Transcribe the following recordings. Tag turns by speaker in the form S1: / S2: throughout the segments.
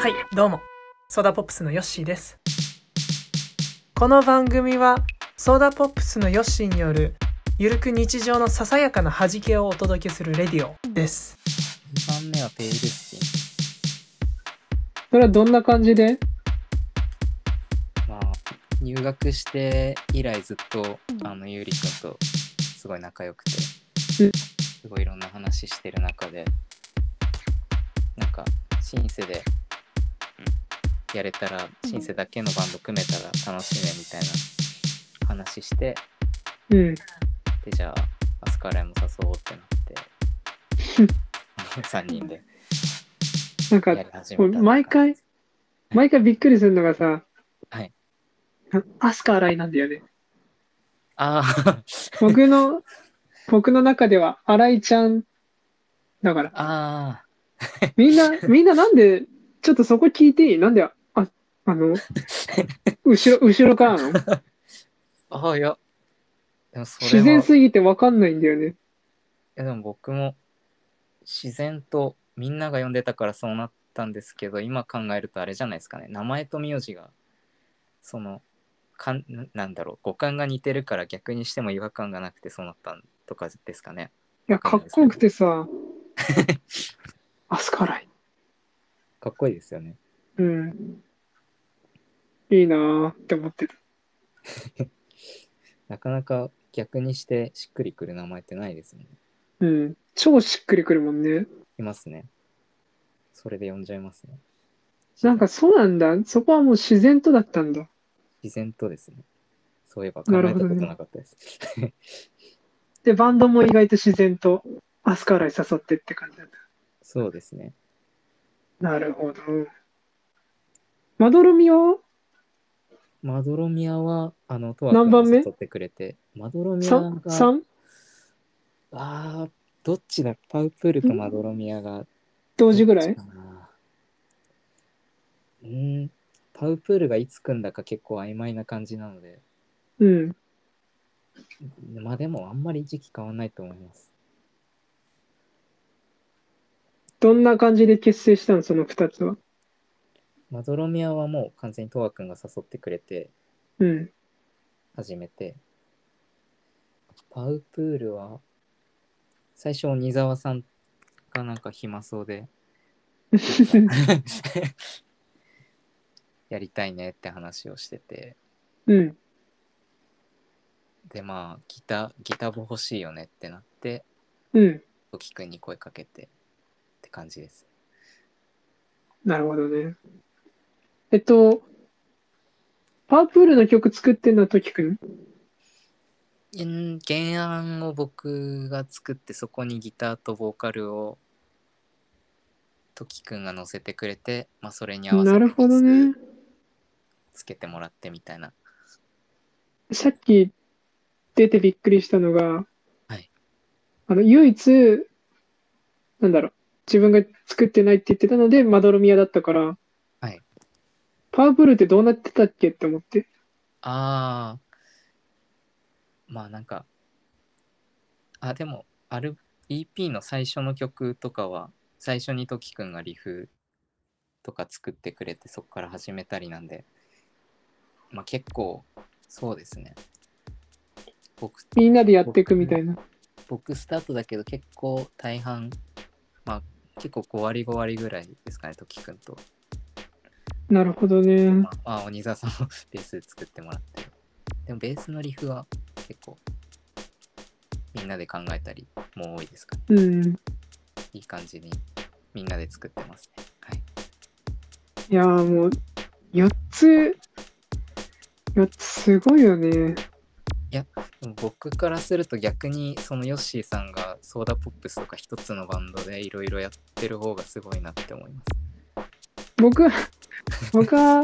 S1: はいどうもソーダポップスのヨッシーですこの番組はソーダポップスのヨッシーによるゆるく日常のささやかな弾けをお届けするレディオです
S2: 2番目はペールスキン。
S1: それはどんな感じで
S2: まあ、入学して以来ずっと、あの、ゆりかとすごい仲良くて、
S1: うん
S2: すごいいろんな話してる中で、なんか、シンセで、やれたら、シンセだけのバンド組めたら楽しいねみたいな話して、
S1: うん
S2: で、じゃあ、アスカライも誘おうってな って、3人で
S3: なん
S2: や
S3: か
S2: り、始
S3: も
S2: め
S3: う
S2: た。
S3: 毎回、毎回びっくりするのがさ、
S2: はい
S3: な。アスカ新井なんだよね。
S2: ああ、
S3: 僕の、 僕の中では新井ちゃんだから。
S2: あ
S3: みんな、みんななんで、ちょっとそこ聞いていいなんで、あ、あの、後ろ、後ろから なの
S2: あ、ああ、いや、でもそれは
S3: 自然すぎてわかんないんだよね。
S2: いやでも僕も自然とみんなが呼んでたからそうなったんですけど今考えるとあれじゃないですかね名前と名字がそのかんななんだろう五感が似てるから逆にしても違和感がなくてそうなったんとかですかね
S3: いや、かっこよくてさ、 アスカ新井。
S2: かっこいいですよね
S3: うん。いいなーって思ってた。
S2: なかなか逆にしてしっくりくる名前ってないですもんね
S3: うん。超しっくりくるもんね。
S2: いますねそれで呼んじゃいますね
S3: なんかそうなんだ。そこはもう自然とだったんだ。
S2: 自然とですねそういえば考えたことなかったです、
S3: で、バンドも意外と自然と、アスカライ誘ってって感じなんだ。
S2: そうですね
S3: なるほど。まどろみは
S2: マドロミアは、あの、と
S3: 何番目
S2: 取ってくれて、マドロミアが、
S3: 三三
S2: あーどっちだパウプールとマドロミアが、
S3: 同時ぐらい
S2: どっちかなうーん、パウプールがいつ組んだか結構曖昧な感じなので、
S3: うん。
S2: まあでもあんまり時期変わんないと思います。
S3: どんな感じで結成したのその二つは。
S2: マドロミアはもう完全にトワ君が誘ってくれて、
S3: うん。
S2: 始めて、パウプールは、最初、鬼沢さんがなんか暇そうで、やりたいねって話をしてて
S3: うん。
S2: でまあギターギターボ欲しいよねってなって
S3: うん。
S2: 時くんに声かけてって感じです
S3: なるほどね。えっと、パープールの曲作ってんのはトキくん
S2: うん原案を僕が作ってそこにギターとボーカルを時くんが乗せてくれて、まあ、それに合わせて
S3: なるほどね。
S2: つけてもらってみたいな
S3: さっき出てびっくりしたのが、
S2: はい
S3: あの唯一、なんだろう、自分が作ってないって言ってたので、まどろみ屋だったから、
S2: はい
S3: パープルってどうなってたっけって思って。
S2: ああ。まあなんか、あ、でも、ある EP の最初の曲とかは、最初にトキくんがリフとか作ってくれて、そこから始めたりなんで、まあ結構、そうですね。僕、
S3: みんなでやっていくみたいな。
S2: 僕スタートだけど結構大半、まあ結構5割5割ぐらいですかね、トキくんと。
S3: なるほどね。
S2: まあ、まあ鬼沢さんも ベース作ってもらってる。でもベースのリフは結構みんなで考えたりも多いですかね。
S3: うん。
S2: いい感じにみんなで作ってますね。はい。
S3: いやーもう、4つ、4つすごいよね。
S2: でも僕からすると逆にそのヨッシーさんがソーダポップスとか一つのバンドでいろいろやってる方がすごいなって思います。
S3: 僕は、僕は、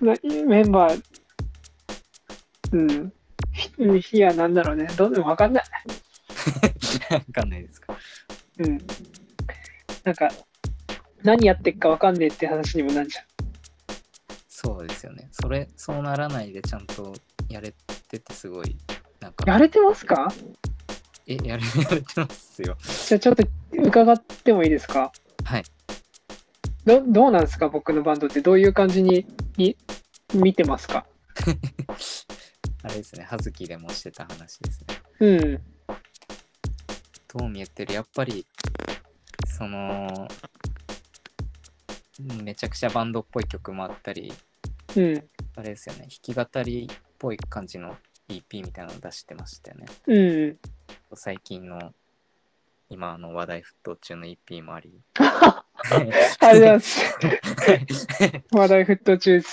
S3: なメンバー、うん、ひひやなんだろうね。どうでもわかんない。
S2: わかんないですか。
S3: うん。なんか、何やってっかわかんねえって話にもなんじゃん。
S2: そうですよね。それ、そうならないでちゃんとやれててすごい、なんか、
S3: やれてますか
S2: え、やれやれてますよ。
S3: じゃあちょっと伺ってもいいですか
S2: はい。
S3: どどうなんですか僕のバンドってどういう感じにに見てますか
S2: あれですね、葉月でもしてた話ですね。
S3: うん
S2: どう見えてるやっぱり、その、めちゃくちゃバンドっぽい曲もあったり、
S3: うん
S2: あれですよね、弾き語りっぽい感じの EP みたいなの出してましたよね。
S3: うん
S2: 最近の、今あの話題沸騰中の EP もあ り。
S3: ありがとうございます。話題沸騰中で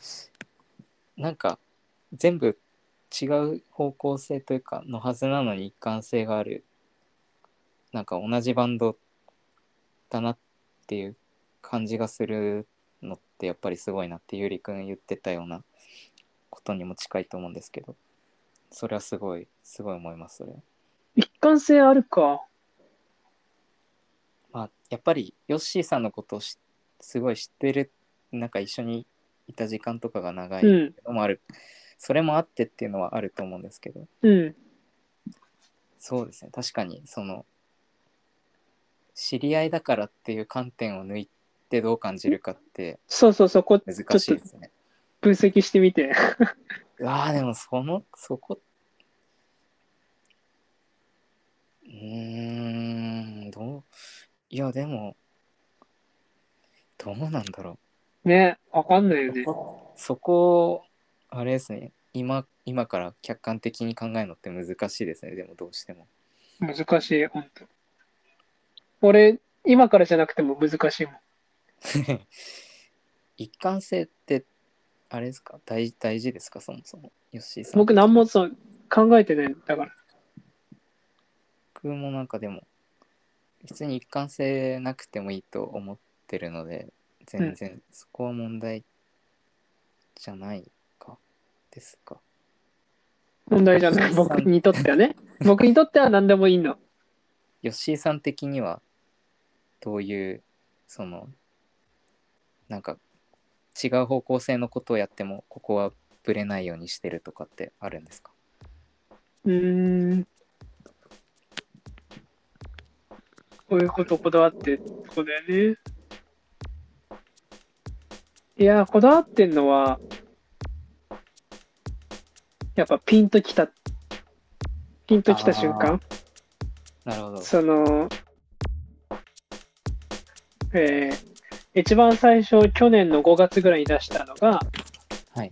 S3: す。
S2: なんか全部違う方向性というかのはずなのに一貫性があるなんか同じバンドだなっていう感じがするのってやっぱりすごいなってゆうりくん言ってたようなことにも近いと思うんですけどそれはすごいすごい思いますそれは
S3: 一貫性あるか。
S2: まあやっぱりヨッシーさんのことをしすごい知ってるなんか一緒にいた時間とかが長い
S3: うん。
S2: のもある、それもあってっていうのはあると思うんですけど
S3: うん。
S2: そうですね確かにその知り合いだからっていう観点を抜いてどう感じるかって
S3: そうそうそう、こちょ
S2: 難
S3: っ
S2: しい
S3: と
S2: ですね。
S3: 分析してみて。
S2: ああでもそのそこうーんどういやでもどうなんだろ
S3: ね、わかんないよね。
S2: うそこをあれですね今今から客観的に考えるのって難しいですねでもどうしても。
S3: 難しい、ほんと。俺、今からじゃなくても難しいもん。
S2: 一貫性ってあれですか大大事ですかそもそもヨッシーさん
S3: 僕、何もそう考えてないんだから。
S2: 僕もなんかでも別に一貫性なくてもいいと思ってるので全然そこは問題じゃないかですか
S3: 問題じゃない。僕にとってはね。僕にとっては何でもいいの。
S2: ヨッシーさん的にはどういうそのなんか違う方向性のことをやってもここはぶれないようにしてるとかってあるんですか
S3: うーん。こういうことこだわってってことだよね。いやー、こだわってんのは、やっぱピンときた、ピンときた瞬間、
S2: なるほど。
S3: その、えー、一番最初、去年の5月ぐらいに出したのが、
S2: はい。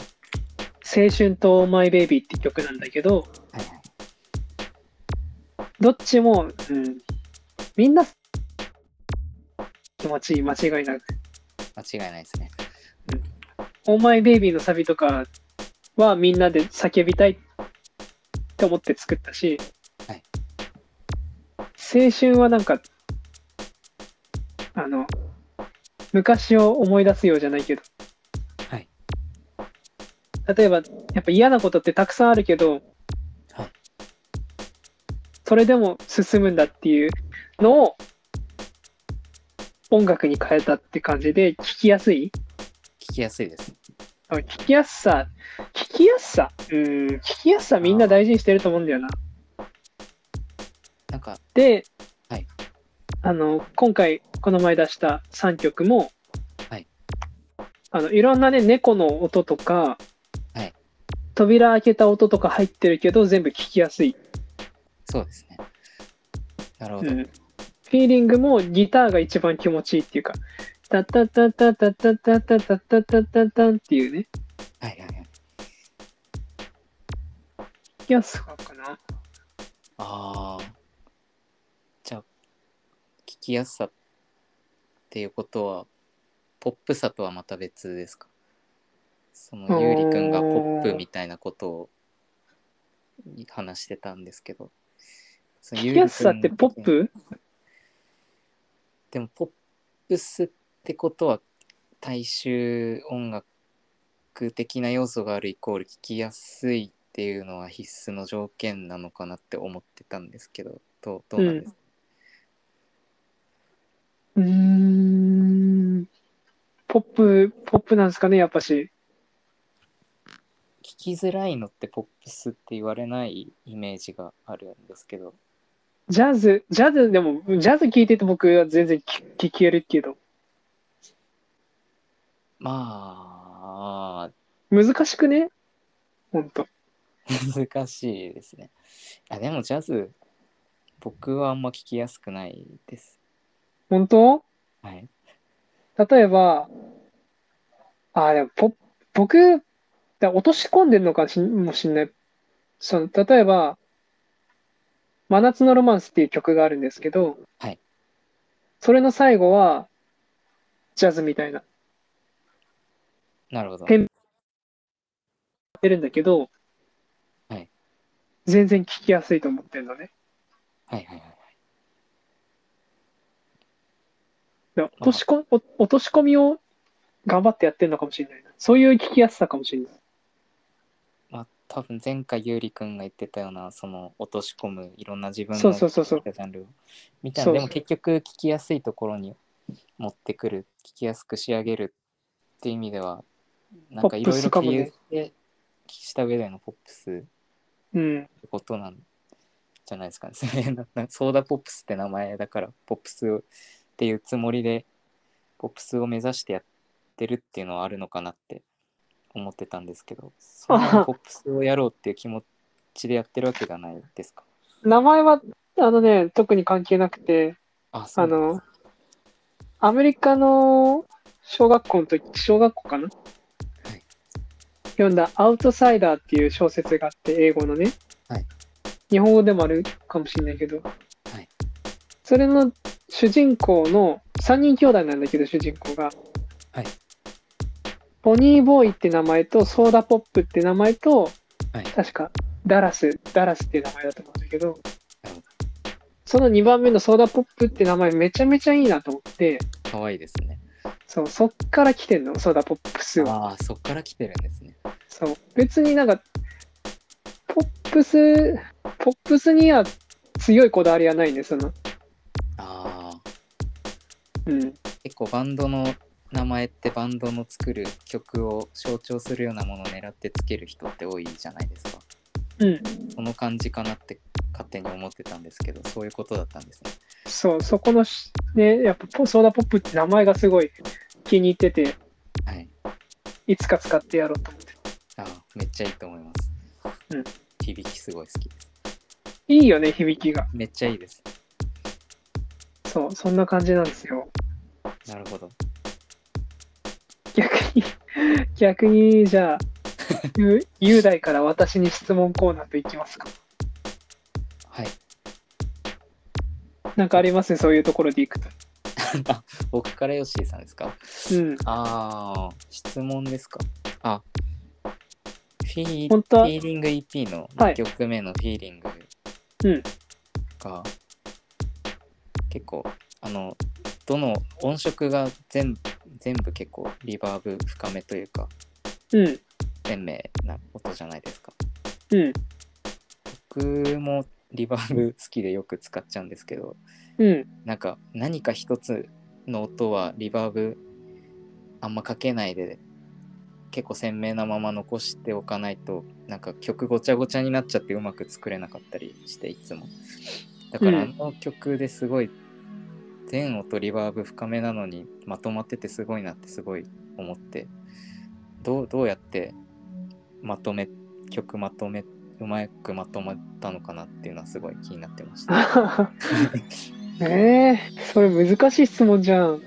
S3: 青春とマイベイビーって曲なんだけど、
S2: はいはい。
S3: どっちも、うん、みんな気持ちいい、間違いなく。
S2: 間違いないですね。
S3: オーマイベイビーのサビとかはみんなで叫びたいって思って作ったし、
S2: はい
S3: 青春はなんか、あの、昔を思い出すようじゃないけど、
S2: はい
S3: 例えば、やっぱ嫌なことってたくさんあるけど、
S2: はい
S3: それでも進むんだっていうのを音楽に変えたって感じで聞きやすい
S2: 聞きやすいです。
S3: 聞きやすさ、聞きやすさ、うん、聞きやすさみんな大事にしてると思うんだよな。
S2: なんか、
S3: で、
S2: はい
S3: あの、今回、この前出した3曲も、
S2: はい
S3: あの、いろんなね、猫の音とか、
S2: はい
S3: 扉開けた音とか入ってるけど、全部聞きやすい。
S2: そうですね。なるほ
S3: う
S2: ど。
S3: ん。フィーリングもギターが一番気持ちいいっていうか、タタタタタタタタタタタタタンっていうね、
S2: はいはいはい。
S3: 聞きやすさかな。
S2: ああ。じゃあ、聞きやすさっていうことは、ポップさとはまた別ですかその、ゆうりくんがポップみたいなことを話してたんですけど。そのゆ
S3: 聞
S2: うり
S3: き
S2: くん
S3: やすさってポップ
S2: でもポップスってことは大衆音楽的な要素があるイコール聞きやすいっていうのは必須の条件なのかなって思ってたんですけどどうどうなんですか、
S3: うーんポップ、ポップなんですかね、やっぱし。
S2: 聞きづらいのってポップスって言われないイメージがあるんですけど
S3: ジャズ、ジャズでも、ジャズ聞いてて僕は全然聞聞けるけど、
S2: まあ、
S3: 難しくねほんと。
S2: 難しいですね。あでもジャズ、僕はあんま聞きやすくないです。
S3: 本当
S2: はい。
S3: 例えば、あー、でもポ、僕、だ落とし込んでるのかしもしんない。その、例えば、真夏のロマンスっていう曲があるんですけど、
S2: はい
S3: それの最後は、ジャズみたいな、
S2: なるほど。
S3: ペン出るんだけど、
S2: はい
S3: 全然聞きやすいと思ってるのね。
S2: はいはいはい。
S3: だから落としこ、お落とし込みを頑張ってやってるのかもしれないな。そういう聞きやすさかもしれない。
S2: まあ、多分前回ゆうりくんが言ってたような、その落とし込むいろんな自分の
S3: そうそうそうそう
S2: ジャンルをみたいな。
S3: そう
S2: でも結局聞きやすいところに持ってくる、聞きやすく仕上げるっていう意味では、なんかいろいろ
S3: ポップスか
S2: 理
S3: もね
S2: 由してした上でのポップス
S3: うん。
S2: ってことなんじゃないですかね。 それななソーダポップスって名前だから、ポップスっていうつもりで、ポップスを目指してやってるっていうのはあるのかなって思ってたんですけど、そんなにポップスをやろうっていう気持ちでやってるわけじゃないですか。
S3: 名前は、あのね、特に関係なくて、
S2: あ、そ
S3: あ
S2: うなん
S3: の、アメリカの小学校の時、小学校かな、
S2: はい
S3: 読んだ「アウトサイダー」っていう小説があって、英語のね、
S2: はい
S3: 日本語でもあるかもしれないけど、
S2: い
S3: それの主人公の3人兄弟なんだけど、主人公が、
S2: はい
S3: ポニーボーイって名前と、ソーダポップって名前と、
S2: はい
S3: 確かダラス、ダラスっていう名前だと思うんだけど
S2: なるほど、
S3: その2番目のソーダポップって名前めちゃめちゃいいなと思って、
S2: かわいいですね。
S3: そう、そっから来てんの、ソーダポップスは。
S2: ああ、そっから来てるんですね。
S3: そう、別になんか、ポップス、ポップスには強いこだわりはないね、その、
S2: ああ、
S3: うん、
S2: 結構バンドの名前ってバンドの作る曲を象徴するようなものを狙ってつける人って多いじゃないですか。
S3: うん、
S2: その感じかなって勝手に思ってたんですけど、そういうことだったんですね。
S3: そう、そこのし、ね、やっぱポソーダポップって名前がすごい気に入ってて、
S2: はい。
S3: いつか使ってやろうと思って。
S2: ああ、めっちゃいいと思います。
S3: うん。
S2: 響きすごい好きです。
S3: いいよね、響きが。
S2: めっちゃいいです。
S3: そう、そんな感じなんですよ。
S2: なるほど。
S3: 逆に、 逆に、じゃあ、ゆ雄大から私に質問コーナーといきますか。
S2: はい。
S3: なんかありますね、そういうところでいくと。
S2: あ僕からヨッシーさんですか
S3: うん。
S2: ああ、質問ですか。あ、フィー
S3: 本当は
S2: フィーリング EP の
S3: はい
S2: 2曲目のフィーリング
S3: うん
S2: が、結構、あの、どの音色が全部全部結構リバーブ深めというか、
S3: うん。
S2: 鮮明な音じゃないですか。
S3: うん。
S2: 僕もリバーブ好きでよく使っちゃうんですけど
S3: うん。
S2: なんか何か一つの音はリバーブあんまかけないで結構鮮明なまま残しておかないとなんか曲ごちゃごちゃになっちゃってうまく作れなかったりしていつもだから
S3: う
S2: あ
S3: ん
S2: の曲ですごい全音リバーブ深めなのにまとまっててすごいなってすごい思ってどうどうやってまとめ曲まとめうまくまとまったのかなっていうのはす ごい気になってました。
S3: ねえそれ難しい質問じゃん。